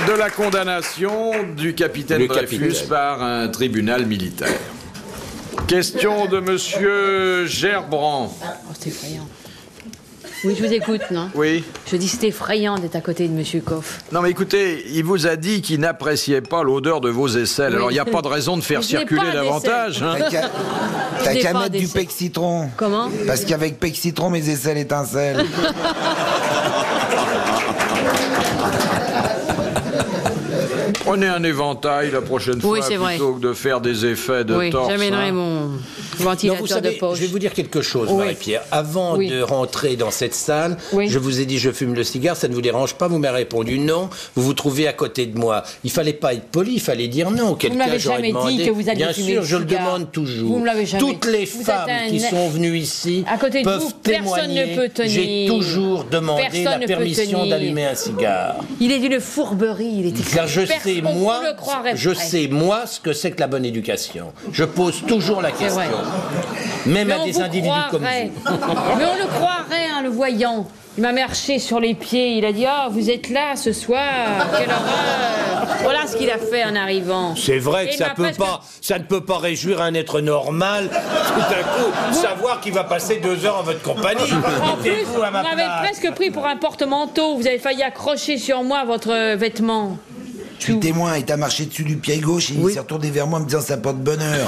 de la condamnation du capitaine
Le
Dreyfus
capitaine.
par un tribunal militaire. Question de Monsieur Gerbrand.
Oh, c'est effrayant. Oui, je vous écoute, non
Oui.
Je dis c'est effrayant d'être à côté de Monsieur Koff.
Non mais écoutez, il vous a dit qu'il n'appréciait pas l'odeur de vos aisselles.
Oui.
Alors il n'y a pas de raison de faire
Je n'ai
circuler
pas
davantage. hein.
d'aisselle.
T'as qu'à-
Je
T'as
n'ai
qu'à
pas
mettre du
d'aisselle.
pec citron.
Comment
Parce qu'avec pec citron, mes aisselles étincellent.
Prenez un éventail la prochaine fois
Oui, c'est vrai.
plutôt que de faire des effets de
Oui,
torse.
j'amènerai
hein.
mon
Non,
ventilateur
vous savez,
de poche.
je vais vous dire quelque chose,
Oui.
Marie-Pierre. Avant
Oui.
de rentrer dans cette salle,
Oui.
je vous ai dit je fume le cigare, ça ne vous dérange pas Vous m'avez répondu non. Vous vous trouvez à côté de moi. Il fallait pas être poli, il fallait dire non.
Vous ne
Quelqu'un
m'avez
j'aurais
jamais
demandé.
dit que vous alliez
Bien
fumer
sûr,
le
je le
cigare.
demande toujours.
Vous me l'avez jamais
Toutes les
Vous êtes
femmes
un-
qui sont venues ici
À côté de
peuvent
vous, personne
témoigner.
ne peut tenir.
J'ai toujours demandé
Personne ne
la
peut
permission
tenir.
d'allumer un cigare.
Il est d'une fourberie, il est
Car je
Personne-
sais,
on
moi,
le croirait
je
vrai.
sais, moi, ce que c'est que la bonne éducation. Je pose toujours la question.
vrai.
Même
Mais
à
on
des
vous
individus comme
croirait.
vous.
Mais on le croirait, hein, le voyant. Il m'a marché sur les pieds. Il a dit Ah, vous êtes là ce soir. Quelle horreur. Voilà ce qu'il a fait en arrivant.
C'est vrai que
Et il
ça,
m'a
peut
presque-
pas, ça ne peut pas réjouir un être normal, tout à coup, savoir qu'il va passer deux heures en votre compagnie.
En plus,
Mettez-vous
vous
à ma
m'avez
place.
presque pris pour un porte-manteau. Vous avez failli accrocher sur moi votre euh, vêtement.
Je suis témoin, il t'a marché dessus du pied gauche et il s'est retourné vers moi en me disant ça porte bonheur.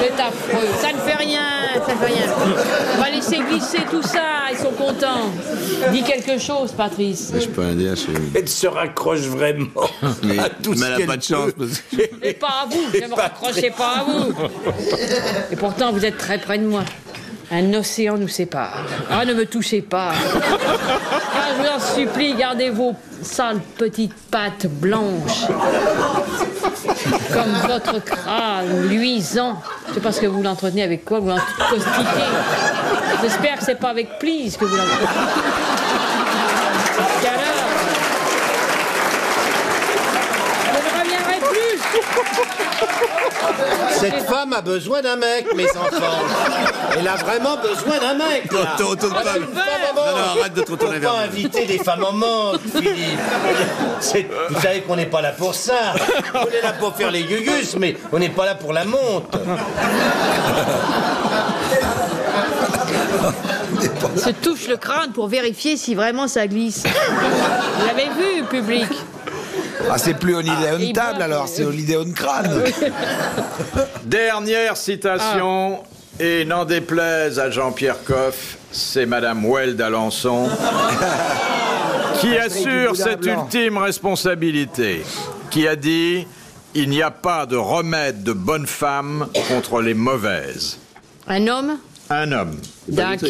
C'est affreux. Ça ne fait rien. Ça ne fait rien. On va laisser glisser tout ça. Ils sont contents. Dis quelque chose, Patrice.
Je peux aider à chez
Elle se raccroche vraiment
Mais-
à tout
mais
ce
elle a
qu'elle
pas de chance,
peut.
parce
Mais pas à vous. Ne me raccrochez pas à vous. Et pourtant, vous êtes très près de moi. Un océan nous sépare. Ah, ne me touchez pas. Ah, je vous en supplie, gardez vos sales petites pattes blanches. Comme votre crâne luisant. Je sais pas ce que vous l'entretenez avec quoi, vous l'entretenez. J'espère que c'est pas avec please que vous l'entretenez. Et alors Je ne reviendrai plus
Cette femme a besoin d'un mec, mes enfants. Elle a vraiment besoin d'un mec. là.
Tonton, tonton,
Parce
pas-
qu'une femme en
Non, non,
manque.
arrête de te retourner
Faut pas
vers moi.
inviter des femmes en manque, Philippe. C'est- Vous savez qu'on n'est pas là pour ça. On est là pour faire les gugus, mais on n'est pas là pour la monte.
se touche le crâne pour vérifier si vraiment ça glisse. Vous l'avez vu, public
Ah, c'est plus Holiday
et
on
il
table
boit,
alors,
mais-
c'est Holiday on crâne.
Dernière citation,
Ah.
et n'en déplaise à Jean-Pierre Coff, c'est Madame Well d'Alençon qui assure
Boudin
cette
blanc.
ultime responsabilité, qui a dit Il n'y a pas de remède de bonne femme contre les mauvaises.
Un homme
Un homme.
Dac.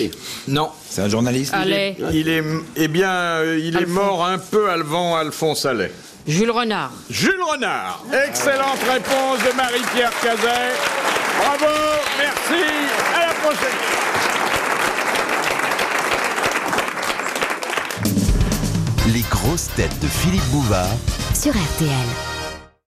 Non.
C'est un journaliste.
Allez.
Il est, eh bien, euh, il est mort un peu avant Alphonse Allais.
Jules Renard.
Jules Renard. Excellente réponse de Marie-Pierre Cazet. Bravo, merci, à la prochaine.
Les grosses têtes de Philippe Bouvard
sur RTL.